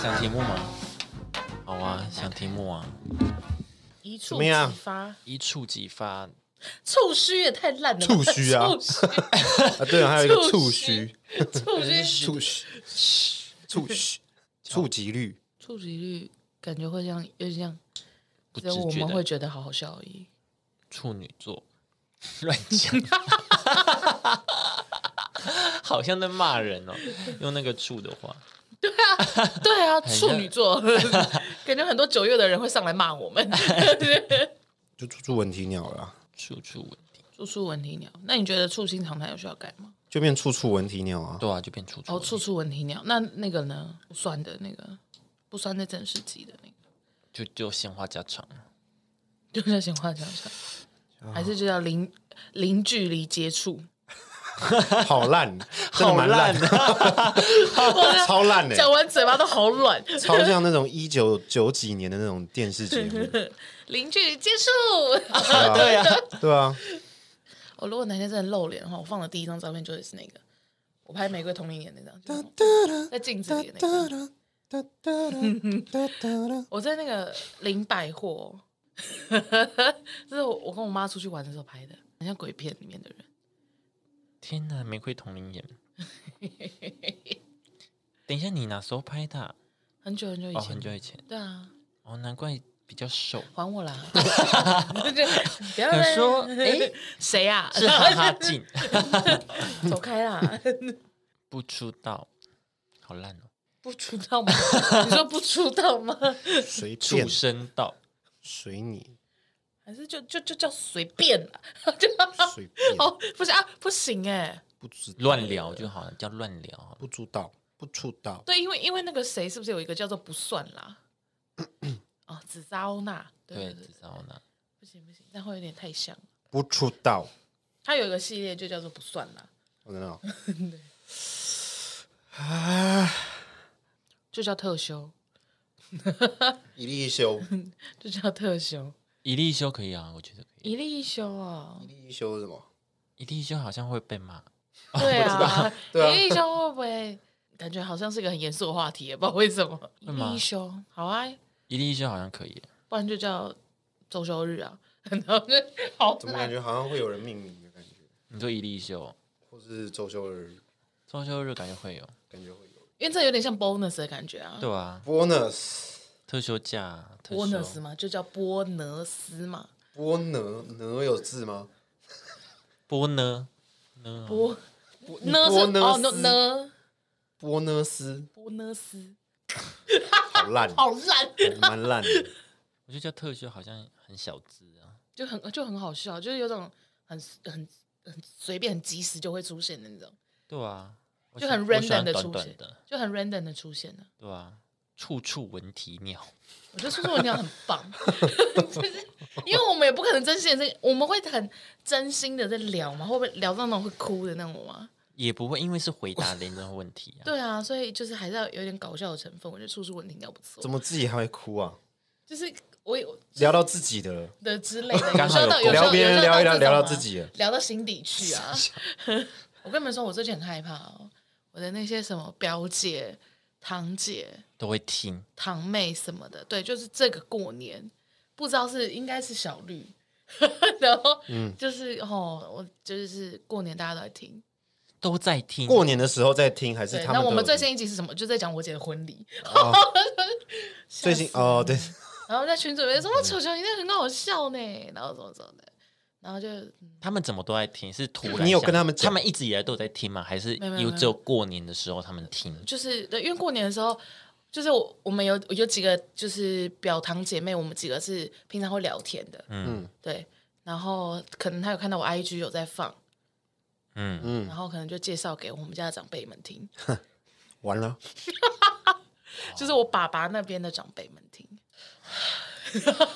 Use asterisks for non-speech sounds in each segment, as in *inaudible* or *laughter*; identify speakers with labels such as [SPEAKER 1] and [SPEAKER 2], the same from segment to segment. [SPEAKER 1] 想题目吗？好啊，想题目啊，
[SPEAKER 2] 一
[SPEAKER 3] 怎
[SPEAKER 2] 触
[SPEAKER 3] 么
[SPEAKER 2] 即
[SPEAKER 3] 样
[SPEAKER 2] 发，
[SPEAKER 1] 一触即发。
[SPEAKER 2] 触须也太烂了吧，
[SPEAKER 3] 触须啊
[SPEAKER 2] 触须，
[SPEAKER 3] 啊，对了，还有一个触须，
[SPEAKER 2] *laughs* 触
[SPEAKER 3] *laughs*
[SPEAKER 2] 须，
[SPEAKER 3] 触须，触 *laughs* 须，触及率，
[SPEAKER 2] 触及率感觉会像有点像，
[SPEAKER 1] 不
[SPEAKER 2] 只有
[SPEAKER 1] 自
[SPEAKER 2] 我
[SPEAKER 1] 觉
[SPEAKER 2] 们会
[SPEAKER 1] 的
[SPEAKER 2] 觉得好好笑而已。
[SPEAKER 1] 处女 *laughs* 座，乱讲， *laughs* 好像在骂人哦。用那个处的话，
[SPEAKER 2] *laughs* 对 *laughs* 啊，
[SPEAKER 1] 像
[SPEAKER 2] 处女座，感觉很多九月的人会上来骂我们。
[SPEAKER 3] 就处处文体鸟了啊，
[SPEAKER 1] 处处稳定。
[SPEAKER 2] *laughs* 处处文体鸟，那你觉得处心常态有需要改吗？
[SPEAKER 3] 就变处处文体鸟啊。
[SPEAKER 1] 对啊，就变处处
[SPEAKER 2] 哦，
[SPEAKER 1] 稳定。
[SPEAKER 2] 处处文体鸟，那那个呢？不酸的那个，不酸在正式级的那个，
[SPEAKER 1] 就就闲话家常。
[SPEAKER 2] 就叫闲话家常，
[SPEAKER 3] 啊
[SPEAKER 2] 还是就叫零零距离接触？
[SPEAKER 3] 好 *laughs* 烂，真的蛮烂，啊的， *laughs* 超烂的，
[SPEAKER 2] 讲完嘴巴都好
[SPEAKER 3] *laughs*
[SPEAKER 2] 软，
[SPEAKER 3] 超像那种一九九几年的那种电视节 *laughs* 目，
[SPEAKER 2] 零距离接 *laughs* 触。
[SPEAKER 3] 对啊，对 *laughs* 啊，
[SPEAKER 2] 我哦如果哪天真的露脸的话，我放的第一张照片就会是那个，我拍《玫瑰同龄年》那张，就是在镜子里的那个。
[SPEAKER 3] *laughs*
[SPEAKER 2] 我在那个林百货， *laughs* 这是我我跟我妈出去玩的时候拍的，很像鬼片里面的人。
[SPEAKER 1] 天哪，玫瑰同龄 *laughs* 眼。等一下，你哪时候拍的啊？
[SPEAKER 2] 很久很久以
[SPEAKER 1] 哦，
[SPEAKER 2] 前，
[SPEAKER 1] 很久以前。
[SPEAKER 2] 对啊，
[SPEAKER 1] 哦，难怪比较瘦。
[SPEAKER 2] 还我啦！
[SPEAKER 1] *laughs*
[SPEAKER 2] 不要
[SPEAKER 1] 想说
[SPEAKER 2] 哎，谁呀？
[SPEAKER 1] 是哈哈镜，
[SPEAKER 2] *laughs* 走开啦！ *laughs*
[SPEAKER 1] 不出道，好烂哦。
[SPEAKER 2] 不出
[SPEAKER 1] *laughs*
[SPEAKER 2] 道吗？你说不出道吗？
[SPEAKER 3] 随便
[SPEAKER 1] 畜生道，
[SPEAKER 3] 随 *laughs* 你
[SPEAKER 2] 还是就就就叫随便啦？就
[SPEAKER 3] 随便，
[SPEAKER 2] 哦，不是啊，不行哎。
[SPEAKER 3] 不知道
[SPEAKER 1] 乱聊就好了，叫乱聊好了。
[SPEAKER 3] 不知道不出道，
[SPEAKER 2] 对，因为因为那个谁是不是有一个叫做不算啦？哦，紫砂欧娜，对
[SPEAKER 1] 对，
[SPEAKER 2] 对
[SPEAKER 1] 至
[SPEAKER 2] 对，
[SPEAKER 1] 少呢，
[SPEAKER 2] 不行不行，这样会有点太像。
[SPEAKER 3] 不出道，
[SPEAKER 2] 它有一个系列就叫做不算啦，
[SPEAKER 3] 我 *laughs* 真的。啊，
[SPEAKER 2] 就叫特修，
[SPEAKER 3] 一例一
[SPEAKER 2] *laughs*
[SPEAKER 3] 休，
[SPEAKER 2] 就叫特修，
[SPEAKER 1] 一立修可以啊，我觉得可以。
[SPEAKER 2] 一例一休啊
[SPEAKER 3] 一，例一休是什么？
[SPEAKER 1] 一立修好像会被骂，
[SPEAKER 2] *laughs*
[SPEAKER 3] 哦
[SPEAKER 2] 对啊，
[SPEAKER 3] 对啊
[SPEAKER 2] 一例一休会不会感觉好像是一个很严肃的话题？也不知道为什么，一
[SPEAKER 1] 吗
[SPEAKER 2] 例一休好啊，
[SPEAKER 1] 一立修好像可以。
[SPEAKER 2] 不然就叫周休日啊， *laughs* 然后就好
[SPEAKER 3] 怎么感
[SPEAKER 2] 烂，
[SPEAKER 3] 觉好像会有人命名的感觉，
[SPEAKER 1] 你说一立修，
[SPEAKER 3] 或是周休二日
[SPEAKER 1] 周休日感觉会有，
[SPEAKER 3] 感觉会有
[SPEAKER 2] 因为这有点像 bonus 的感觉啊。
[SPEAKER 1] 对啊，
[SPEAKER 3] bonus
[SPEAKER 1] 特休假，特休
[SPEAKER 2] 波能斯嘛，就叫波能斯嘛，
[SPEAKER 3] 波呢呢有字吗？
[SPEAKER 1] 波呢？
[SPEAKER 2] 波
[SPEAKER 3] 哦波
[SPEAKER 2] 呢是
[SPEAKER 3] 波
[SPEAKER 2] 哦
[SPEAKER 3] 呢
[SPEAKER 2] 呢
[SPEAKER 3] 斯
[SPEAKER 2] 呢
[SPEAKER 3] 波呢斯
[SPEAKER 2] 波呢斯，
[SPEAKER 3] 好烂，
[SPEAKER 2] 好烂，
[SPEAKER 3] 蛮烂的。
[SPEAKER 1] 我就叫特休，好像很小资啊。
[SPEAKER 2] 就很就很好笑，就是有种很很很随便、很及时就会出现的那种，
[SPEAKER 1] 对啊，我
[SPEAKER 2] 就
[SPEAKER 1] 喜
[SPEAKER 2] 很
[SPEAKER 1] 我喜
[SPEAKER 2] random
[SPEAKER 1] 欢
[SPEAKER 2] 的
[SPEAKER 1] 短
[SPEAKER 2] 出
[SPEAKER 1] 短
[SPEAKER 2] 现
[SPEAKER 1] 的，，
[SPEAKER 2] 就很 random 的出现的。
[SPEAKER 1] 对啊，处处闻啼鸟，
[SPEAKER 2] 我觉得叔叔文鸟很
[SPEAKER 3] *laughs*
[SPEAKER 2] 棒，就是因为我们也不可能真心的在，我们会很真心的在聊嘛，会不会聊到那种会哭的那种吗？
[SPEAKER 1] 也不会因为是回答人家的问题啊。
[SPEAKER 2] 对啊，所以就是还是要有点搞笑的成分。我觉得叔叔文鸟不错
[SPEAKER 3] 怎，么自己还会哭啊？
[SPEAKER 2] 就是我有
[SPEAKER 3] 聊到自己的了，
[SPEAKER 2] 的之
[SPEAKER 3] *laughs*
[SPEAKER 2] 类的，
[SPEAKER 1] 刚
[SPEAKER 2] 有
[SPEAKER 1] 好
[SPEAKER 2] 时候
[SPEAKER 1] 有
[SPEAKER 2] 到
[SPEAKER 1] 共
[SPEAKER 2] 有时候
[SPEAKER 3] 聊别人
[SPEAKER 2] 有时候
[SPEAKER 3] 聊一聊
[SPEAKER 2] 这种
[SPEAKER 3] 聊到
[SPEAKER 2] 啊
[SPEAKER 3] 自己了
[SPEAKER 2] 聊到心底去啊。 *laughs* 我跟你们说，我最近很害怕哦，我的那些什么表姐、堂姐、
[SPEAKER 1] 都会听，
[SPEAKER 2] 堂妹什么的，对，就是这个过年，不知道是应该是小绿， *laughs* 然后
[SPEAKER 3] 嗯
[SPEAKER 2] 就是、哦，我就是过年大家都在听。
[SPEAKER 1] 都在听。
[SPEAKER 3] 过年的时候在听还是
[SPEAKER 2] 对，
[SPEAKER 3] 他
[SPEAKER 2] 那
[SPEAKER 3] 们？哦
[SPEAKER 2] 我们最新一集是什么？就在讲我姐的婚礼， *laughs*
[SPEAKER 3] 最新哦，嗯对，
[SPEAKER 2] 然后在群组里面说：“我球球，你那个很好笑呢。”然后怎么怎么的，然后就
[SPEAKER 1] 他们怎么都在听？是突然想？
[SPEAKER 3] 你有跟他们讲
[SPEAKER 1] 他们一直以来都有在听吗？还是
[SPEAKER 2] 没有没有
[SPEAKER 1] 有
[SPEAKER 2] 没有
[SPEAKER 1] 只有过年的时候他们听？
[SPEAKER 2] 就是对，因为过年的时候，就是我我们有有几个就是表堂姐妹，我们几个是平常会聊天的，
[SPEAKER 1] 嗯
[SPEAKER 2] 对。然后可能她有看到我 IG 有在放，
[SPEAKER 1] 嗯，
[SPEAKER 3] 嗯
[SPEAKER 2] 然，后可能就介绍给我们家的长辈们听，
[SPEAKER 3] 完了，嗯
[SPEAKER 2] 就是我爸爸那边的长辈们听。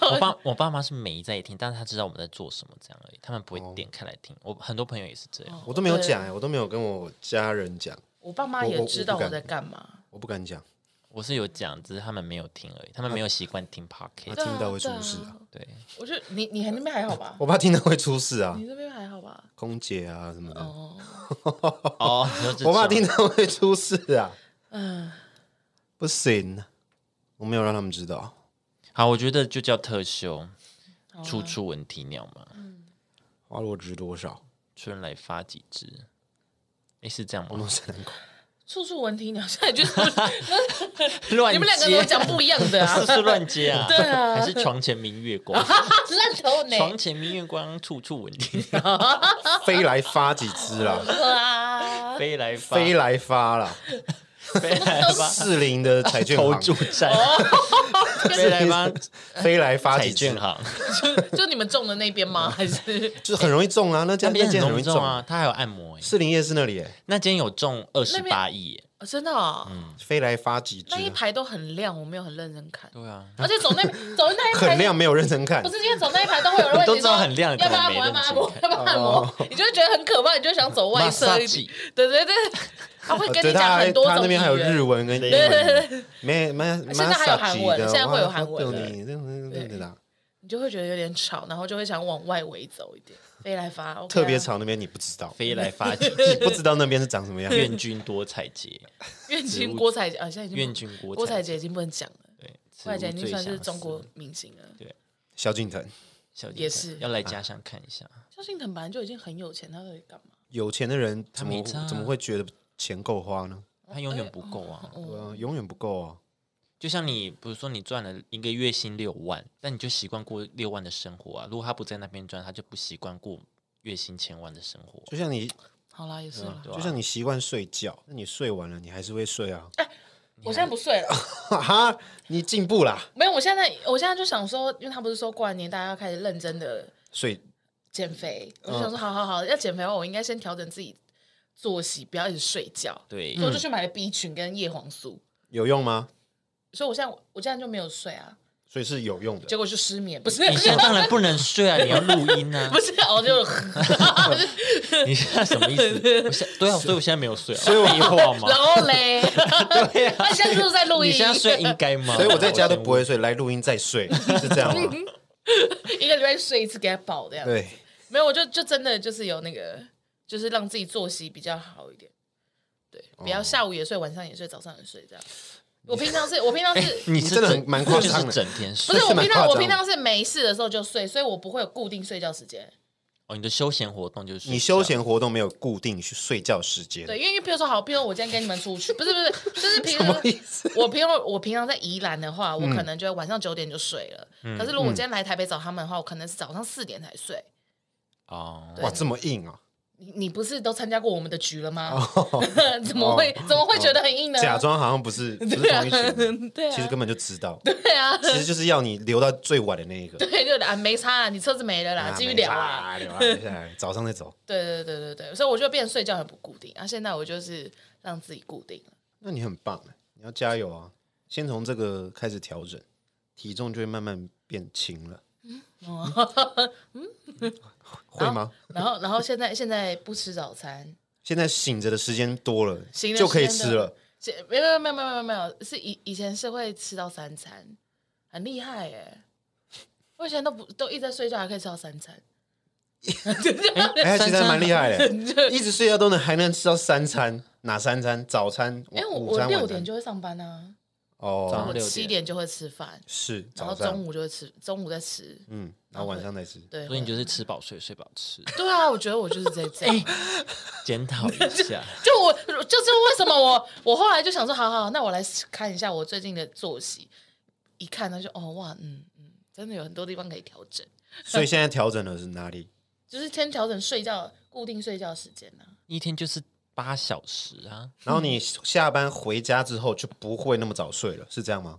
[SPEAKER 1] 我爸我爸妈是没在听，但是他知道我们在做什么，这样而已。他们不会点开来听。我很多朋友也是这
[SPEAKER 2] 哦
[SPEAKER 1] 样，
[SPEAKER 3] 我都没有
[SPEAKER 2] 对
[SPEAKER 3] 讲哎，我都没有跟我家人讲，
[SPEAKER 2] 我爸妈
[SPEAKER 3] 我
[SPEAKER 2] 也
[SPEAKER 3] 我
[SPEAKER 2] 知
[SPEAKER 3] 我不
[SPEAKER 2] 道我
[SPEAKER 3] 敢
[SPEAKER 2] 在干嘛，
[SPEAKER 3] 我不敢讲，
[SPEAKER 1] 我是有讲，只是他们没有听而已。他们没有习惯听 pocket，、
[SPEAKER 2] 对啊
[SPEAKER 3] 听到会出
[SPEAKER 2] 对啊
[SPEAKER 3] 事啊
[SPEAKER 1] 对，
[SPEAKER 2] 我觉得你你那边还好吧？
[SPEAKER 3] 我怕听到会出事啊，
[SPEAKER 2] 你这边还好吧？
[SPEAKER 3] 空姐啊什么的，
[SPEAKER 2] 哦，
[SPEAKER 1] 哦，你说这
[SPEAKER 3] 我怕
[SPEAKER 1] 种
[SPEAKER 3] 听到会出事啊，
[SPEAKER 2] 嗯，
[SPEAKER 3] 不行，我没有让他们知道。
[SPEAKER 1] 好，我觉得就叫特休，处处闻啼鸟嘛，
[SPEAKER 2] 哦
[SPEAKER 3] 花落知多少，
[SPEAKER 1] 春来发几枝。哎，是这样
[SPEAKER 3] 我
[SPEAKER 1] 吗？
[SPEAKER 3] 弄三难口。
[SPEAKER 2] 处处闻啼鸟，现在就是
[SPEAKER 3] *laughs*
[SPEAKER 1] 乱
[SPEAKER 2] 你们两个跟我讲不一样的啊
[SPEAKER 1] *laughs* 是，是乱接啊？
[SPEAKER 2] *laughs* 对啊
[SPEAKER 1] 还是床前明月光？
[SPEAKER 2] 烂头呢， *laughs*
[SPEAKER 1] 床前明月光，处处闻啼鸟，
[SPEAKER 3] 飞来发几只啦，
[SPEAKER 2] 啊，
[SPEAKER 1] 飞来发
[SPEAKER 3] 飞来发啦，
[SPEAKER 1] 飞来发
[SPEAKER 3] 四零的彩券
[SPEAKER 1] 投
[SPEAKER 3] 行，
[SPEAKER 1] 注站，
[SPEAKER 2] 哦
[SPEAKER 1] *laughs* 飞来发
[SPEAKER 3] 飞来发
[SPEAKER 1] 彩
[SPEAKER 3] 几只
[SPEAKER 1] 券，行，
[SPEAKER 2] 就就你们中的那边吗？还是
[SPEAKER 3] 就是很容易中啊，那
[SPEAKER 1] 那
[SPEAKER 3] 间那
[SPEAKER 1] 边
[SPEAKER 3] 间
[SPEAKER 1] 很
[SPEAKER 3] 很
[SPEAKER 1] 容
[SPEAKER 3] 容
[SPEAKER 1] 易
[SPEAKER 3] 易
[SPEAKER 1] 中
[SPEAKER 3] 中。
[SPEAKER 1] 啊，它还有按摩哎，
[SPEAKER 3] 四零夜市那里，哎
[SPEAKER 1] 那间有中二十
[SPEAKER 2] 那
[SPEAKER 1] 八
[SPEAKER 2] 边
[SPEAKER 1] 亿耶，
[SPEAKER 2] 哦真的哦？
[SPEAKER 3] 飞来发几只
[SPEAKER 2] 那，一排都很亮，我没有很认真看，
[SPEAKER 1] 对啊，
[SPEAKER 2] 而且走那走那一排
[SPEAKER 3] *laughs* 很亮，没有认真看
[SPEAKER 2] 不。是因为走那一排都会有人问
[SPEAKER 1] 都
[SPEAKER 2] 你
[SPEAKER 1] 知道
[SPEAKER 2] 说
[SPEAKER 1] 很亮
[SPEAKER 2] 要不要按摩？
[SPEAKER 1] 可
[SPEAKER 2] 要
[SPEAKER 1] 能
[SPEAKER 2] 不
[SPEAKER 1] 没
[SPEAKER 2] 要按摩？
[SPEAKER 1] 认
[SPEAKER 2] 要不要按摩？你就会觉得很可怕，你就想走外侧一点。对对对，他会跟你
[SPEAKER 3] 对他
[SPEAKER 2] 讲
[SPEAKER 3] 还
[SPEAKER 2] 很多
[SPEAKER 3] 他
[SPEAKER 2] 种
[SPEAKER 3] 那边还有
[SPEAKER 2] 语言
[SPEAKER 3] 日文跟英
[SPEAKER 2] 对对
[SPEAKER 3] 文，
[SPEAKER 2] 对对，
[SPEAKER 3] 没没
[SPEAKER 2] 现在还有韩文现在会有韩文
[SPEAKER 3] 的
[SPEAKER 2] 的
[SPEAKER 3] 你这样这样这样子的啊，
[SPEAKER 2] 你就会觉得有点吵，然后就会想往外围走一点，飞来发，OK 啊
[SPEAKER 3] 特别。吵那边你不知道，
[SPEAKER 1] 飞来发几
[SPEAKER 3] 你不知道那边是长什么样。
[SPEAKER 1] *laughs* 愿君多采撷，
[SPEAKER 2] 苑君郭采洁啊，现在已经
[SPEAKER 1] 愿君郭
[SPEAKER 2] 郭采
[SPEAKER 1] 采
[SPEAKER 2] 洁已经不能讲了，
[SPEAKER 1] 对，此
[SPEAKER 2] 郭采洁
[SPEAKER 1] 物
[SPEAKER 2] 已经
[SPEAKER 1] 最
[SPEAKER 2] 算是
[SPEAKER 1] 相
[SPEAKER 2] 中
[SPEAKER 1] 思
[SPEAKER 2] 国明星了。
[SPEAKER 3] 萧敬腾
[SPEAKER 1] 小姐
[SPEAKER 2] 也
[SPEAKER 1] 姐
[SPEAKER 2] 是
[SPEAKER 1] 要来家乡看一下，
[SPEAKER 2] 萧敬腾本来就已经很有钱，他到底干嘛？
[SPEAKER 3] 有钱的人
[SPEAKER 1] 他
[SPEAKER 3] 怎么
[SPEAKER 1] 没差啊
[SPEAKER 3] 怎么会觉得钱够花呢？
[SPEAKER 1] 他永远不够啊。
[SPEAKER 2] 哦
[SPEAKER 3] 对
[SPEAKER 2] 嗯
[SPEAKER 3] 啊，永远不够啊。
[SPEAKER 1] 就像你，比如说你赚了一个月薪六万，但你就习惯过六万的生活啊。如果他不在那边赚，他就不习惯过月薪千万的生活。啊
[SPEAKER 3] 就像你
[SPEAKER 2] 好啦，也是啦。
[SPEAKER 1] 对啊
[SPEAKER 3] 就像你习惯睡觉，那你睡完了你还是会睡啊。 *laughs*
[SPEAKER 2] 我现在不睡了，
[SPEAKER 3] 哈哈，你进步啦，
[SPEAKER 2] 没有，我现在我现在就想说，因为他不是说过完年大家要开始认真的
[SPEAKER 3] 睡
[SPEAKER 2] 减肥，我就想说，
[SPEAKER 1] 嗯
[SPEAKER 2] 好好好，要减肥的话，我应该先调整自己作息，不要一直睡觉。
[SPEAKER 1] 对，
[SPEAKER 2] 所以我就去买了 B 群跟叶黄素，
[SPEAKER 3] 有用吗？
[SPEAKER 2] 所以我现在我现在就没有睡啊，
[SPEAKER 3] 所以是有用
[SPEAKER 2] 结
[SPEAKER 3] 的。
[SPEAKER 2] 果就失眠，不是
[SPEAKER 1] 你现在当然不能睡啊，你要录音啊
[SPEAKER 2] 不。是，
[SPEAKER 1] *laughs*
[SPEAKER 2] 我就
[SPEAKER 1] 你现在什么意
[SPEAKER 2] *laughs*
[SPEAKER 1] 思？我现对啊，所以我现在没有睡啊，
[SPEAKER 3] 所以我
[SPEAKER 1] 废话
[SPEAKER 2] 然
[SPEAKER 1] 嘛。
[SPEAKER 2] 后嘞，
[SPEAKER 1] *laughs* 对啊，
[SPEAKER 2] 那现在是不是在录音？
[SPEAKER 1] 你现在睡应该吗？
[SPEAKER 3] 所以我在家都不会睡，来录音再睡，是这样吗？
[SPEAKER 2] 一个礼拜睡一次，给他饱这样。
[SPEAKER 3] 对，
[SPEAKER 2] 没有，我就就真的就是有那个，就是让自己作息比较好一点，对，
[SPEAKER 3] 哦
[SPEAKER 2] 不要下午也睡，晚上也睡，早上也睡这样。我平常是我平常
[SPEAKER 3] *laughs*
[SPEAKER 1] 哎，
[SPEAKER 2] 是。
[SPEAKER 1] 你
[SPEAKER 3] 你
[SPEAKER 1] 是
[SPEAKER 3] 真的
[SPEAKER 1] 整
[SPEAKER 3] 很蛮夸张的
[SPEAKER 1] 就是整天
[SPEAKER 2] 不
[SPEAKER 1] 睡
[SPEAKER 2] 是。我
[SPEAKER 3] 蛮
[SPEAKER 2] 平
[SPEAKER 3] 夸
[SPEAKER 2] 常，我
[SPEAKER 3] 张
[SPEAKER 2] 平
[SPEAKER 3] 的
[SPEAKER 2] 常是没事的时候就睡，所以我不会有固定睡觉时间。
[SPEAKER 1] 哦，你的休闲活动就是睡
[SPEAKER 3] 你
[SPEAKER 1] 觉
[SPEAKER 3] 休闲活动没有固定去睡觉时间，
[SPEAKER 2] 对，因为譬如说，好，譬如我今天跟你们出去，不是不是，
[SPEAKER 3] *laughs*
[SPEAKER 2] 就是平
[SPEAKER 3] 什么
[SPEAKER 2] 常
[SPEAKER 3] 意思？嗯
[SPEAKER 2] 我平常我平常在宜兰的话，我可能就会晚上九点就睡了。可是如果我今天来台北找他们的话，我可能是早上四点才睡。
[SPEAKER 1] 哦，
[SPEAKER 3] 哇，这么硬啊！
[SPEAKER 2] 你你不是都参加过我们的局了吗？
[SPEAKER 3] 哦
[SPEAKER 2] *laughs* 怎么会怎么会觉得很硬呢？
[SPEAKER 3] 假装好像不是不是同一群人，
[SPEAKER 2] 啊 *laughs* 对啊
[SPEAKER 3] 其实根本就知道，
[SPEAKER 2] 对啊， *laughs*
[SPEAKER 3] 其实就是要你留到最晚的那一个，
[SPEAKER 2] 对，就啊，没差啦，你车子没了啦，继续
[SPEAKER 3] 没
[SPEAKER 2] 聊
[SPEAKER 3] 差
[SPEAKER 2] 啦。
[SPEAKER 3] 啊，聊啊，留下来，早上再走。
[SPEAKER 2] 对对对对对，所以我就变成睡觉很不固定啊。现在我就是让自己固定了。
[SPEAKER 3] *laughs* 那你很棒，欸你要加油啊！先从这个开始调整，体重就会慢慢变轻了。
[SPEAKER 2] 嗯哦
[SPEAKER 3] 会吗？
[SPEAKER 2] 然
[SPEAKER 3] *laughs*
[SPEAKER 2] 后，然后现在现在不吃早餐，
[SPEAKER 3] 现在醒着的时间多了，
[SPEAKER 2] 醒的
[SPEAKER 3] 就可以
[SPEAKER 2] 时间
[SPEAKER 3] 吃
[SPEAKER 2] 的
[SPEAKER 3] 了。
[SPEAKER 2] 现没有没有没有没有没有，是以以前是会吃到三餐，很厉害耶、我以前都不都一直在睡觉，还可以吃到三餐，
[SPEAKER 3] 哎，其
[SPEAKER 1] 三
[SPEAKER 3] 实还
[SPEAKER 1] 餐
[SPEAKER 3] 蛮厉害的，一直睡觉都能还能吃到三餐，哪三餐？早餐、
[SPEAKER 2] 因为我
[SPEAKER 3] 午午
[SPEAKER 2] 我
[SPEAKER 3] 餐、
[SPEAKER 2] 六
[SPEAKER 3] 晚
[SPEAKER 2] 点
[SPEAKER 3] 餐。
[SPEAKER 2] 就会上班啊，
[SPEAKER 1] 早上
[SPEAKER 3] 哦，
[SPEAKER 2] 我
[SPEAKER 1] 六
[SPEAKER 2] 七
[SPEAKER 1] 点
[SPEAKER 2] 点就会吃饭，
[SPEAKER 3] 是
[SPEAKER 2] 然后
[SPEAKER 3] 早
[SPEAKER 2] 中
[SPEAKER 3] 上，
[SPEAKER 2] 午就会哦吃，中午再吃，
[SPEAKER 3] 嗯，然后晚上再吃。
[SPEAKER 2] 对，
[SPEAKER 1] 所以你就是吃饱睡，睡饱吃，
[SPEAKER 2] 对啊，我觉得我就是这
[SPEAKER 3] *laughs*
[SPEAKER 2] 这
[SPEAKER 3] 哎
[SPEAKER 2] 样。
[SPEAKER 1] 检讨
[SPEAKER 2] *laughs*
[SPEAKER 1] 一下。
[SPEAKER 2] 就我就是为什么我我后来就想说，好好，那我来看一下我最近的作息。一看他就哦哇，嗯嗯，真的有很多地方可以调整，
[SPEAKER 3] 所以现在调整的是哪里？
[SPEAKER 2] 就是先调整睡觉固定睡觉时间啊呢、
[SPEAKER 1] 一天就是八小时啊，
[SPEAKER 3] 然后你下班回家之后就不会那么早睡了，是这样吗？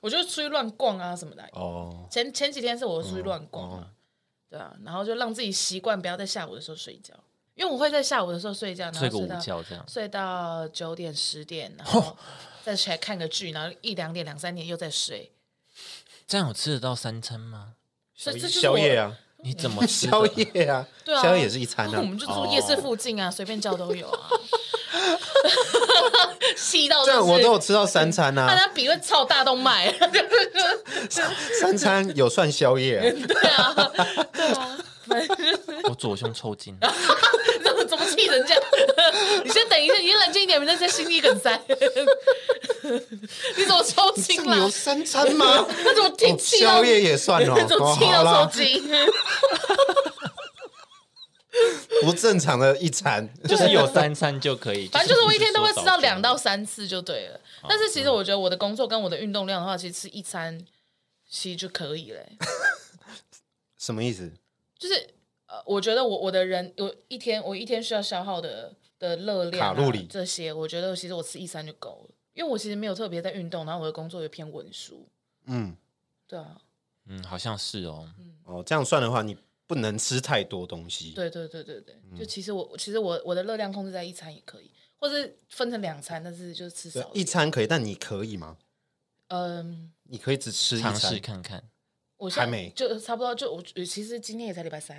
[SPEAKER 2] 我就出去乱逛啊什么的。
[SPEAKER 3] 哦，
[SPEAKER 2] 前前几天是我出去乱逛嘛，
[SPEAKER 3] 哦
[SPEAKER 2] 对啊，然后就让自己习惯不要在下午的时候睡觉，因为我会在下啊午的时候睡觉，然后
[SPEAKER 1] 睡个午
[SPEAKER 2] 到
[SPEAKER 1] 觉这样。
[SPEAKER 2] 睡到九点十点，然后再起来看个剧，然后一两点两三点又再睡。
[SPEAKER 1] 这样有吃得到三餐吗？
[SPEAKER 2] 所以这就是
[SPEAKER 3] 宵
[SPEAKER 2] 我
[SPEAKER 3] 夜啊，
[SPEAKER 1] 你怎么吃的
[SPEAKER 3] 宵？夜啊，
[SPEAKER 2] 对啊，
[SPEAKER 3] 宵夜也是一餐啊
[SPEAKER 2] 我。们就住夜市附近啊，随便叫都有
[SPEAKER 3] *laughs*
[SPEAKER 2] 啊。细到
[SPEAKER 3] 这样
[SPEAKER 2] 就是
[SPEAKER 3] 我都有吃到三餐
[SPEAKER 2] 大
[SPEAKER 3] 啊，
[SPEAKER 2] 家比会操大动
[SPEAKER 3] *laughs*
[SPEAKER 2] 脉，
[SPEAKER 3] 三餐有算
[SPEAKER 2] *laughs*
[SPEAKER 3] 宵夜啊。
[SPEAKER 2] 对啊，对
[SPEAKER 3] *laughs*
[SPEAKER 2] 啊，
[SPEAKER 1] 我左胸抽
[SPEAKER 2] *laughs*
[SPEAKER 1] 筋，
[SPEAKER 2] 怎 *laughs* 么怎么气成这样？你先等一下，你先冷静一点，我们再再心里梗塞。 *laughs* 你怎么抽筋
[SPEAKER 3] 这
[SPEAKER 2] 啦？
[SPEAKER 3] 有三餐
[SPEAKER 2] *laughs*
[SPEAKER 3] 吗？
[SPEAKER 2] 那怎么听
[SPEAKER 3] 哦
[SPEAKER 2] 气到
[SPEAKER 3] 宵夜也算
[SPEAKER 2] *laughs*
[SPEAKER 3] 哦
[SPEAKER 2] 那怎么
[SPEAKER 3] 哦
[SPEAKER 2] 气
[SPEAKER 3] 好
[SPEAKER 2] 到
[SPEAKER 3] 啦
[SPEAKER 2] 抽筋？
[SPEAKER 3] 不正常的一餐，
[SPEAKER 1] 就是有三餐就可以。
[SPEAKER 2] 反正就是
[SPEAKER 1] 不
[SPEAKER 2] 我一天都会
[SPEAKER 1] 说
[SPEAKER 2] 吃到
[SPEAKER 1] 早
[SPEAKER 2] 两
[SPEAKER 1] 中
[SPEAKER 2] 到三次就对了。但是
[SPEAKER 3] 嗯
[SPEAKER 2] 其实我觉得我的工作跟我的运动量的话，其实吃一餐其实就可以欸嘞。
[SPEAKER 3] 什么意思？
[SPEAKER 2] 就是呃，我觉得我我的人我一天我一天需要消耗的的热量、啊、
[SPEAKER 3] 卡路里
[SPEAKER 2] 这些，我觉得其实我吃一餐就够了，因为我其实没有特别在运动，然后我的工作又偏文书，
[SPEAKER 3] 嗯，
[SPEAKER 2] 对啊，
[SPEAKER 1] 嗯，好像是哦。
[SPEAKER 2] 嗯
[SPEAKER 3] 哦，这样算的话，你不能吃太多东西。，
[SPEAKER 2] 对对对对对，
[SPEAKER 3] 嗯
[SPEAKER 2] 就其实我其实我我的热量控制在一餐也可以，或者分成两餐，但是就是吃少
[SPEAKER 3] 一
[SPEAKER 2] 点
[SPEAKER 3] 餐可以，但你可以吗？
[SPEAKER 2] 嗯。
[SPEAKER 3] 你可以只吃一
[SPEAKER 1] 尝试
[SPEAKER 3] 餐，
[SPEAKER 1] 看看，
[SPEAKER 2] 我现在
[SPEAKER 3] 还没
[SPEAKER 2] 就差不多就我其实今天也才礼拜三，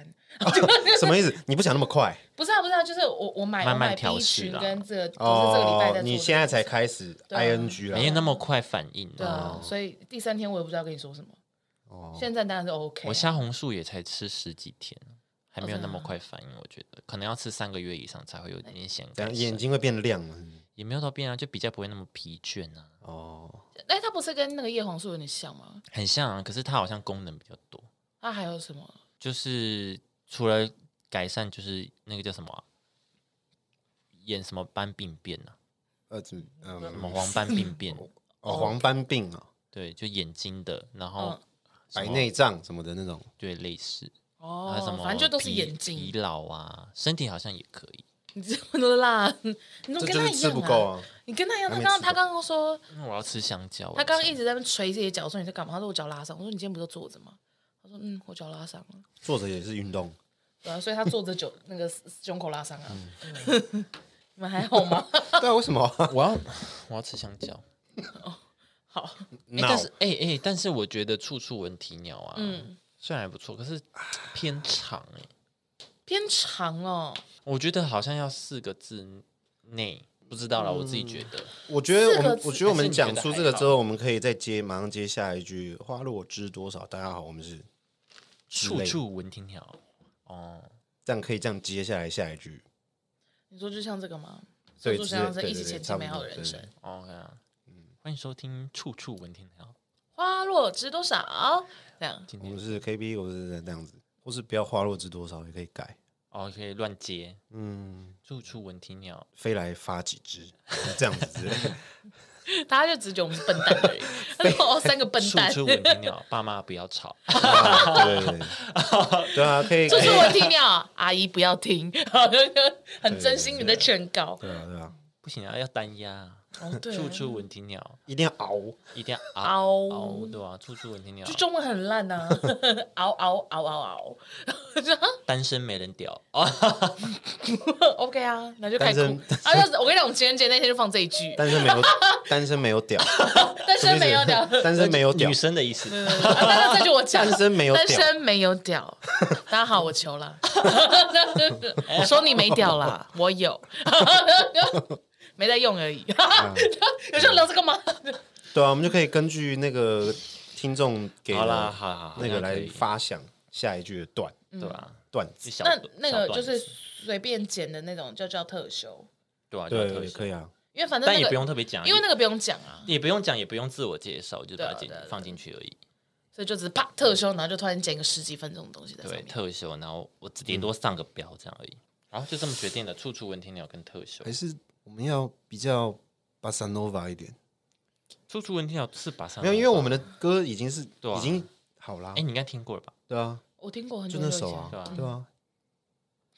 [SPEAKER 3] 什么意
[SPEAKER 2] *laughs*
[SPEAKER 3] 思？你不想那么快
[SPEAKER 2] 不是啊不是啊，就是我我买
[SPEAKER 1] 慢慢
[SPEAKER 2] 我买 B
[SPEAKER 1] 调试
[SPEAKER 2] 群
[SPEAKER 1] 啦
[SPEAKER 2] 跟这个都是这个礼拜在做？
[SPEAKER 3] 哦你
[SPEAKER 2] 的
[SPEAKER 3] 现在
[SPEAKER 2] 事情
[SPEAKER 3] 才开哦始
[SPEAKER 2] 对啊
[SPEAKER 3] ing
[SPEAKER 1] 没
[SPEAKER 3] 了，
[SPEAKER 1] 那么快反应
[SPEAKER 2] 对
[SPEAKER 1] 啊。
[SPEAKER 2] 啊，所以第三天我也不知道跟你说什么。
[SPEAKER 3] 哦
[SPEAKER 2] 现在当然是 OK 啊、
[SPEAKER 1] 我虾红素也才吃十几天，还没有那么快反应。我觉得可能要吃三个月以上才会有点显
[SPEAKER 3] 怎
[SPEAKER 1] 改
[SPEAKER 3] 样眼
[SPEAKER 1] 善，
[SPEAKER 3] 睛会变亮了？
[SPEAKER 1] 也没有到变啊，就比较不会那么疲倦啊。
[SPEAKER 3] 哦，
[SPEAKER 2] 哎，它不是跟那个叶黄素有点像吗？
[SPEAKER 1] 很像啊，可是它好像功能比较多，
[SPEAKER 2] 它还有什么？
[SPEAKER 1] 就是除了改善，就是那个叫什么、啊，眼什么斑病变啊，
[SPEAKER 3] 呃，怎么
[SPEAKER 1] 什么
[SPEAKER 3] 嗯，
[SPEAKER 1] 黄斑病变，
[SPEAKER 3] 哦，黄斑病啊，
[SPEAKER 1] 对，就眼睛的，然后
[SPEAKER 2] 嗯
[SPEAKER 1] 什
[SPEAKER 3] 白
[SPEAKER 1] 么
[SPEAKER 3] 内障什么的那种，
[SPEAKER 1] 对类似，还有什
[SPEAKER 2] 哦
[SPEAKER 1] 么，
[SPEAKER 2] 反正就都是
[SPEAKER 1] 疲
[SPEAKER 2] 眼
[SPEAKER 1] 疲
[SPEAKER 2] 睛，
[SPEAKER 1] 劳啊，身体好像也可以。
[SPEAKER 2] 你这么多辣，你怎么
[SPEAKER 3] 这
[SPEAKER 2] 跟
[SPEAKER 3] 就
[SPEAKER 2] 他
[SPEAKER 3] 是
[SPEAKER 2] 一
[SPEAKER 3] 吃
[SPEAKER 2] 样
[SPEAKER 3] 不够
[SPEAKER 2] 啊？
[SPEAKER 3] 啊。
[SPEAKER 2] 你跟他一样，
[SPEAKER 3] 还
[SPEAKER 2] 他
[SPEAKER 3] 没
[SPEAKER 2] 刚刚
[SPEAKER 3] 吃
[SPEAKER 2] 他刚刚说，
[SPEAKER 1] 因为嗯我要吃香蕉，
[SPEAKER 2] 他刚刚
[SPEAKER 1] 晚
[SPEAKER 2] 一
[SPEAKER 1] 上
[SPEAKER 2] 直在那边捶自己的脚，说你在干嘛？他说我脚拉伤。我说你今天不是坐着吗？他说嗯，我脚拉伤了。
[SPEAKER 3] 坐着也是运动，
[SPEAKER 2] 对啊，所以他坐着脚那个胸口拉伤啊。嗯 *laughs* 你们还好吗？
[SPEAKER 3] 对啊，为什 *laughs* 么？
[SPEAKER 1] 我要我要吃香
[SPEAKER 3] *laughs*
[SPEAKER 1] 蕉。
[SPEAKER 2] 好，
[SPEAKER 1] 欸但
[SPEAKER 3] 闹
[SPEAKER 1] 是哎哎、欸但是我觉得处处闻啼鸟啊，
[SPEAKER 2] 嗯
[SPEAKER 1] 虽然还不错，可是偏长哎、
[SPEAKER 2] 偏长哦，
[SPEAKER 1] 我觉得好像要四个字内，不知道了，我自己觉得。
[SPEAKER 3] 我觉得我
[SPEAKER 2] 四个
[SPEAKER 3] 们，
[SPEAKER 2] 字
[SPEAKER 3] 我觉得我
[SPEAKER 1] 还是
[SPEAKER 3] 们
[SPEAKER 1] 你觉
[SPEAKER 3] 讲
[SPEAKER 1] 得
[SPEAKER 3] 出
[SPEAKER 1] 还
[SPEAKER 3] 这个
[SPEAKER 1] 好
[SPEAKER 3] 之后，我们可以再接，马上接下一句“花落知多少”。大家好，我们是之
[SPEAKER 1] 处
[SPEAKER 3] 类
[SPEAKER 1] 处闻啼鸟，哦，
[SPEAKER 3] 这样，可以这样接下来下一句。
[SPEAKER 2] 你说就像这个吗？
[SPEAKER 3] 对
[SPEAKER 2] 就
[SPEAKER 3] 之
[SPEAKER 2] 像这
[SPEAKER 3] 类对
[SPEAKER 2] 一起
[SPEAKER 3] 对对
[SPEAKER 2] 前进
[SPEAKER 3] 差不
[SPEAKER 2] 美好
[SPEAKER 3] 多
[SPEAKER 2] 的人
[SPEAKER 3] 对
[SPEAKER 2] 生。
[SPEAKER 1] OK 啊，
[SPEAKER 3] 嗯
[SPEAKER 1] 欢迎收听处处闻啼鸟。
[SPEAKER 2] 花落知多少？这样
[SPEAKER 1] 今
[SPEAKER 3] 我们
[SPEAKER 1] 天
[SPEAKER 3] 是 KB，我是这样子，或是不要“花落知多少”也可以改，
[SPEAKER 1] 哦可以乱接，
[SPEAKER 3] 嗯，
[SPEAKER 1] 处处闻啼鸟。
[SPEAKER 3] 飞来发几只，这样子之类的。
[SPEAKER 2] 大家就只觉得我们是笨蛋而已。他说：“哦，三个笨
[SPEAKER 1] 处
[SPEAKER 2] 蛋。”
[SPEAKER 1] 处闻啼鸟，爸妈不要吵。 *laughs*
[SPEAKER 3] 啊对对对，对啊，可以，
[SPEAKER 2] 就
[SPEAKER 3] 可以
[SPEAKER 2] 是我听了，阿姨不要听， *laughs* 很真心你的劝告。
[SPEAKER 3] 对啊对啊，
[SPEAKER 1] 不行啊，要单压。
[SPEAKER 2] 哦，对啊，
[SPEAKER 1] 处处闻啼鸟，
[SPEAKER 3] 一定要熬。
[SPEAKER 1] 一定要
[SPEAKER 2] 嗷
[SPEAKER 1] 嗷嗷，对吧、处处闻啼鸟
[SPEAKER 2] 就，中文很烂啊呐，
[SPEAKER 1] *laughs*
[SPEAKER 2] 嗷嗷嗷嗷嗷，就啊
[SPEAKER 1] 单身没人屌哦。
[SPEAKER 2] OK 啊，那就开始
[SPEAKER 3] 单身
[SPEAKER 2] 哭啊！要是我跟你讲，我们情人节那天就放这一句，
[SPEAKER 3] 单身没
[SPEAKER 2] *laughs*
[SPEAKER 3] 有，单身没有屌，
[SPEAKER 2] 单身没有
[SPEAKER 3] *laughs*
[SPEAKER 2] 屌，
[SPEAKER 3] 单身没有屌
[SPEAKER 1] 女，生的意思。
[SPEAKER 2] 对对对 *laughs* 啊那那这就我讲，
[SPEAKER 3] 单身没有
[SPEAKER 2] 单
[SPEAKER 3] 屌，
[SPEAKER 2] 身没有屌。大家好，我求了，我说你没屌啦，我
[SPEAKER 1] *laughs*
[SPEAKER 2] 有，没在用而已。
[SPEAKER 1] 嗯
[SPEAKER 2] *laughs* 有时候聊这个吗？
[SPEAKER 3] 对啊，我们就可以根据那个听众给
[SPEAKER 1] 好啦，
[SPEAKER 3] 的
[SPEAKER 1] 好好，好
[SPEAKER 3] 那个
[SPEAKER 1] 样可
[SPEAKER 3] 来
[SPEAKER 1] 以
[SPEAKER 3] 发想下一句的段
[SPEAKER 2] 嗯
[SPEAKER 1] 对吧？
[SPEAKER 3] 段
[SPEAKER 1] 一
[SPEAKER 3] 子。
[SPEAKER 1] 小
[SPEAKER 2] 那
[SPEAKER 1] 段
[SPEAKER 2] 那
[SPEAKER 1] 小
[SPEAKER 2] 个
[SPEAKER 1] 段
[SPEAKER 2] 就是
[SPEAKER 1] 子
[SPEAKER 2] 随便剪的那种，就叫特修，
[SPEAKER 1] 对啊，
[SPEAKER 3] 对，
[SPEAKER 1] 对
[SPEAKER 3] 也可
[SPEAKER 1] 可以，
[SPEAKER 3] 以啊。
[SPEAKER 2] 因为反正
[SPEAKER 1] 但
[SPEAKER 2] 那
[SPEAKER 1] 也
[SPEAKER 2] 个
[SPEAKER 1] 不用特别讲，
[SPEAKER 2] 因为那个不用讲啊，
[SPEAKER 1] 也不用讲，也不用自我介绍，就把它
[SPEAKER 2] 对啊
[SPEAKER 1] 剪
[SPEAKER 2] 对对
[SPEAKER 1] 放进去而已。
[SPEAKER 2] 所以就只是啪特修，然后就突然剪个十几分钟的东西在上
[SPEAKER 1] 对，
[SPEAKER 2] 面。
[SPEAKER 1] 特修，然后我只
[SPEAKER 3] 嗯
[SPEAKER 1] 顶多上个标这样而已。然后就这么决定了，处处闻啼鸟跟特修
[SPEAKER 3] 还，是我们要比较巴萨诺瓦一点，
[SPEAKER 1] 处处闻啼鸟是把上
[SPEAKER 3] 没有，因为我们的歌已经是
[SPEAKER 1] 对啊
[SPEAKER 3] 已经好啦
[SPEAKER 1] 哎，，你应该听过了吧？
[SPEAKER 3] 对啊，
[SPEAKER 2] 我听过很
[SPEAKER 3] 就
[SPEAKER 2] 久
[SPEAKER 3] 那
[SPEAKER 2] 很久以
[SPEAKER 3] 首
[SPEAKER 2] 前，
[SPEAKER 1] 对啊
[SPEAKER 3] 啊，对啊，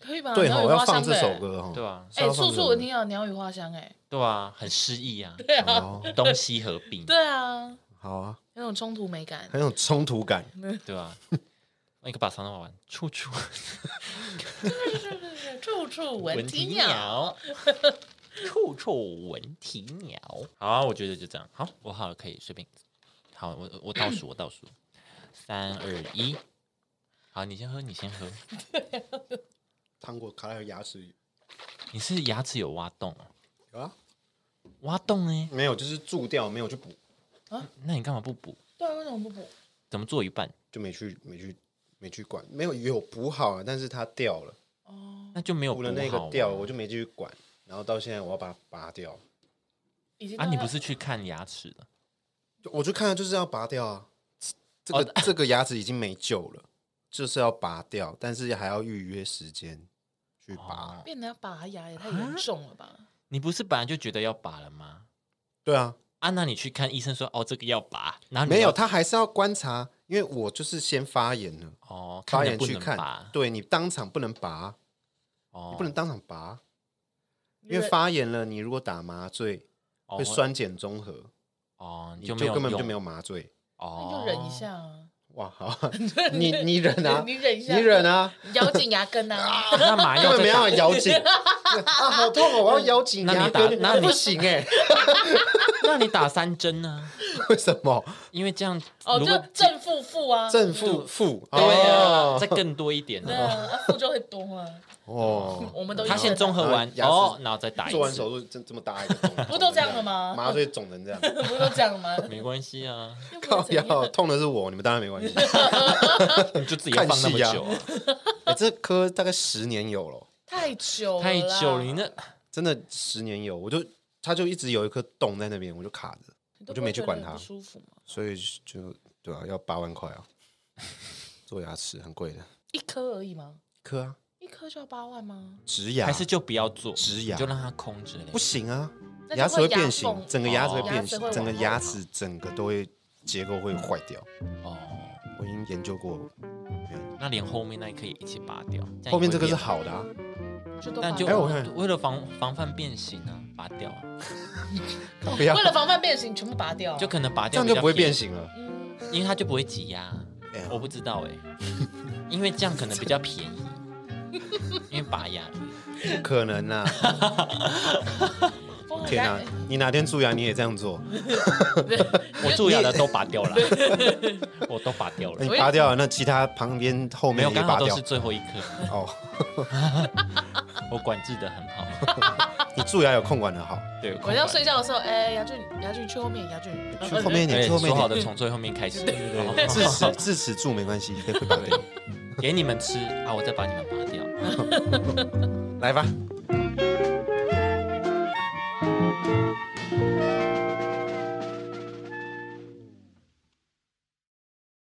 [SPEAKER 2] 可以吧？
[SPEAKER 3] 对
[SPEAKER 2] 鸟
[SPEAKER 3] 哈，
[SPEAKER 2] 语
[SPEAKER 3] 我要
[SPEAKER 2] 花
[SPEAKER 3] 放
[SPEAKER 2] 香
[SPEAKER 3] 这
[SPEAKER 2] 的
[SPEAKER 3] 首
[SPEAKER 2] 欸。
[SPEAKER 3] 歌哦哈，
[SPEAKER 1] 对啊，
[SPEAKER 2] 哎，
[SPEAKER 3] 是要放
[SPEAKER 2] 处
[SPEAKER 3] 这
[SPEAKER 2] 处
[SPEAKER 3] 首
[SPEAKER 2] 我
[SPEAKER 3] 歌
[SPEAKER 2] 听到鸟语花香，哎，
[SPEAKER 1] 对啊，很诗意
[SPEAKER 2] *laughs*
[SPEAKER 1] 啊，
[SPEAKER 2] 对啊，
[SPEAKER 3] 哦，
[SPEAKER 1] 东西合璧，
[SPEAKER 2] 对啊，
[SPEAKER 3] 好啊，
[SPEAKER 2] 有种冲突美
[SPEAKER 3] *laughs*
[SPEAKER 2] 感。
[SPEAKER 3] 很有冲突感，
[SPEAKER 1] 对吧？那个把长头发玩，处处
[SPEAKER 2] 处处闻啊啼鸟，
[SPEAKER 1] 鸟，处处闻啼鸟。好啊、我觉得就这样。好，我好了，可以随便。好，我我倒数，我倒数，三二一。好，你先喝，你先喝。
[SPEAKER 3] 糖果卡在牙齿
[SPEAKER 1] 你是牙齿有挖洞哦？
[SPEAKER 3] 有啊，
[SPEAKER 1] 挖洞呢？
[SPEAKER 3] 没有，就是蛀掉，没有去补，
[SPEAKER 1] 那你干嘛不补？
[SPEAKER 2] 对啊，为什么不补？
[SPEAKER 1] 怎么做一半？
[SPEAKER 3] 就没去没去没去管，没有有补好啊，但是它掉了，
[SPEAKER 2] 哦
[SPEAKER 1] 那就没有
[SPEAKER 3] 补了那
[SPEAKER 1] 补好
[SPEAKER 3] 个
[SPEAKER 1] 啊
[SPEAKER 3] 掉了，我就没继续管，然后到现在我要把它拔掉，
[SPEAKER 2] 已经
[SPEAKER 1] 啊，
[SPEAKER 2] 到
[SPEAKER 1] 你
[SPEAKER 2] 要
[SPEAKER 1] 不是去看牙齿的？
[SPEAKER 3] 我就看他就是要拔掉啊，这个、
[SPEAKER 1] 哦 *laughs*
[SPEAKER 3] 这个牙齿已经没救了，就是要拔掉，但是还要预约时间去
[SPEAKER 1] 哦
[SPEAKER 3] 拔。
[SPEAKER 2] 变得要拔牙也太严重了吧？
[SPEAKER 1] 你不是本来就觉得要拔了吗？
[SPEAKER 3] 对啊，
[SPEAKER 1] 啊，那你去看医生说哦，这个要拔，然后你
[SPEAKER 3] 没有，
[SPEAKER 1] 要
[SPEAKER 3] 他还是要观察，因为我就是先发炎了，
[SPEAKER 1] 哦，
[SPEAKER 3] 发
[SPEAKER 1] 看
[SPEAKER 3] 炎
[SPEAKER 1] 能不
[SPEAKER 3] 去
[SPEAKER 1] 能
[SPEAKER 3] 看，
[SPEAKER 1] 拔，
[SPEAKER 3] 对你当场不能拔，
[SPEAKER 1] 哦
[SPEAKER 3] 你不能当场拔，
[SPEAKER 2] 因
[SPEAKER 3] 因为发炎了，你如果打麻醉
[SPEAKER 1] 哦
[SPEAKER 3] 会酸碱中和，
[SPEAKER 1] 哦，
[SPEAKER 3] 你
[SPEAKER 1] 就
[SPEAKER 3] 就
[SPEAKER 1] 没有
[SPEAKER 3] 根本就
[SPEAKER 1] 用
[SPEAKER 3] 没有麻醉。
[SPEAKER 2] 那
[SPEAKER 1] 哦，
[SPEAKER 2] 你就忍一下啊，*laughs*
[SPEAKER 3] 哇，好，你你忍啊，
[SPEAKER 2] 你忍一下，
[SPEAKER 3] 你忍，啊，
[SPEAKER 2] 咬紧牙
[SPEAKER 1] *laughs*
[SPEAKER 2] 根啊，
[SPEAKER 1] 那麻
[SPEAKER 3] 根 *laughs*
[SPEAKER 1] 药
[SPEAKER 3] 本
[SPEAKER 1] 在
[SPEAKER 3] 没
[SPEAKER 1] 打
[SPEAKER 3] 有咬
[SPEAKER 2] *laughs*
[SPEAKER 3] 紧 *laughs* 啊，好痛哦，我要咬紧
[SPEAKER 1] 那你
[SPEAKER 3] 牙
[SPEAKER 1] 打
[SPEAKER 3] 根，
[SPEAKER 1] 那你 *laughs*
[SPEAKER 3] 不行
[SPEAKER 2] 欸
[SPEAKER 3] 哎，
[SPEAKER 1] 那你打三针呢？
[SPEAKER 3] 为什么？
[SPEAKER 1] 因为这样
[SPEAKER 2] 哦，
[SPEAKER 1] 如
[SPEAKER 2] 就
[SPEAKER 1] 果
[SPEAKER 2] 正负负啊，
[SPEAKER 3] 正负负
[SPEAKER 1] 对啊，
[SPEAKER 3] 哦
[SPEAKER 1] 再更多一点
[SPEAKER 2] 对
[SPEAKER 1] 呢。
[SPEAKER 2] 啊，啊负就会多啊，
[SPEAKER 3] 哦，
[SPEAKER 2] 我们都
[SPEAKER 1] 他
[SPEAKER 2] 一
[SPEAKER 1] 先
[SPEAKER 2] 样
[SPEAKER 1] 综合完
[SPEAKER 3] 然后牙齿
[SPEAKER 1] 哦，然后再打一
[SPEAKER 3] 做完手
[SPEAKER 1] 次，
[SPEAKER 3] 术这这么大一个
[SPEAKER 2] *laughs*
[SPEAKER 3] 洞，
[SPEAKER 2] 不都这样了吗
[SPEAKER 3] 麻醉肿成这
[SPEAKER 2] *laughs*
[SPEAKER 3] 样，
[SPEAKER 2] 不是都这样
[SPEAKER 3] *laughs*
[SPEAKER 2] 吗？
[SPEAKER 1] 没关系啊，
[SPEAKER 2] 又不
[SPEAKER 3] 靠
[SPEAKER 2] 会怎样
[SPEAKER 3] 腰痛的是我，你们当然
[SPEAKER 2] *laughs*
[SPEAKER 3] 没关系。
[SPEAKER 1] 你就自己要放那么久啊，
[SPEAKER 3] 哎这科大概十年有了，
[SPEAKER 2] 太久了啦
[SPEAKER 1] 太久了，你那
[SPEAKER 3] 真的十年有，我就它就一直有一颗洞在那边，我就卡着，
[SPEAKER 2] 你都
[SPEAKER 3] 我就没去管
[SPEAKER 2] 不会觉得
[SPEAKER 3] 它
[SPEAKER 2] 不舒服吗？
[SPEAKER 3] 所以就对啊，要八万块
[SPEAKER 1] *laughs*
[SPEAKER 3] 啊，做牙齿很贵的，
[SPEAKER 2] 一颗而已吗？
[SPEAKER 3] 科啊，
[SPEAKER 2] 一颗就要八万吗？
[SPEAKER 3] 植牙
[SPEAKER 1] 还是就不要做，
[SPEAKER 3] 植牙
[SPEAKER 1] 你就让它空着嘞。
[SPEAKER 3] 啊不行啊，
[SPEAKER 2] 那就
[SPEAKER 3] 牙齿会变
[SPEAKER 2] 牙
[SPEAKER 3] 形，
[SPEAKER 2] 缝
[SPEAKER 3] 整个牙齿会
[SPEAKER 1] 哦
[SPEAKER 3] 变形
[SPEAKER 2] 牙齿会，
[SPEAKER 3] 整个
[SPEAKER 2] 往后
[SPEAKER 3] 牙齿整个都会结构会坏掉。
[SPEAKER 1] 哦，
[SPEAKER 3] 我已经研究过，
[SPEAKER 1] 那连后面那一颗也一起拔掉。样
[SPEAKER 3] 后面这个是
[SPEAKER 1] 也会变，
[SPEAKER 3] 好的啊，
[SPEAKER 2] 就都
[SPEAKER 1] 但就
[SPEAKER 3] 哎
[SPEAKER 2] 八
[SPEAKER 3] 我
[SPEAKER 2] 万
[SPEAKER 3] 看
[SPEAKER 1] 为了防防范变形啊，拔掉啊，
[SPEAKER 3] 不
[SPEAKER 2] *laughs*
[SPEAKER 3] 要
[SPEAKER 2] 为了防范变形，全部拔掉啊，
[SPEAKER 1] 就可能拔
[SPEAKER 3] 这
[SPEAKER 1] 掉
[SPEAKER 3] 样就
[SPEAKER 1] 比较
[SPEAKER 3] 不会
[SPEAKER 1] 便
[SPEAKER 3] 变
[SPEAKER 1] 宜，
[SPEAKER 3] 形了。
[SPEAKER 2] 嗯，
[SPEAKER 1] 因为它就不会挤压。
[SPEAKER 3] 哎呀
[SPEAKER 1] 我不知道哎， *laughs* 因为这样可能比较便
[SPEAKER 3] *laughs*
[SPEAKER 1] 宜，因为拔牙。
[SPEAKER 3] 不可能啊！
[SPEAKER 2] 哇 *laughs*
[SPEAKER 3] 天 *laughs* 哪、你哪天蛀牙你也这样做？
[SPEAKER 1] 我蛀
[SPEAKER 3] 啊
[SPEAKER 2] *laughs*
[SPEAKER 1] 牙的都拔
[SPEAKER 3] *laughs*
[SPEAKER 1] 掉了，我都拔掉
[SPEAKER 3] 那
[SPEAKER 1] 了，
[SPEAKER 3] 你拔掉了，那其他旁边后
[SPEAKER 1] 没有，
[SPEAKER 3] 面也
[SPEAKER 1] 刚
[SPEAKER 3] 拔
[SPEAKER 1] 好都
[SPEAKER 3] 掉
[SPEAKER 1] 是最后一颗，
[SPEAKER 3] 哦。
[SPEAKER 1] 我管制的很好。
[SPEAKER 3] 你蛀牙有控管
[SPEAKER 2] *laughs*
[SPEAKER 3] 的好，
[SPEAKER 1] 对，
[SPEAKER 2] 我要睡觉的时候，哎，牙俊，牙俊去后面，牙俊
[SPEAKER 3] 去后面一点，
[SPEAKER 1] 哎
[SPEAKER 3] 去后面
[SPEAKER 1] 说好
[SPEAKER 3] 一
[SPEAKER 1] 的
[SPEAKER 3] 点。
[SPEAKER 1] 从最后面开始，
[SPEAKER 3] 对，智齿智齿蛀没关系，可以拔掉。
[SPEAKER 1] 给你们吃啊，我再把你们拔掉。
[SPEAKER 3] 来吧，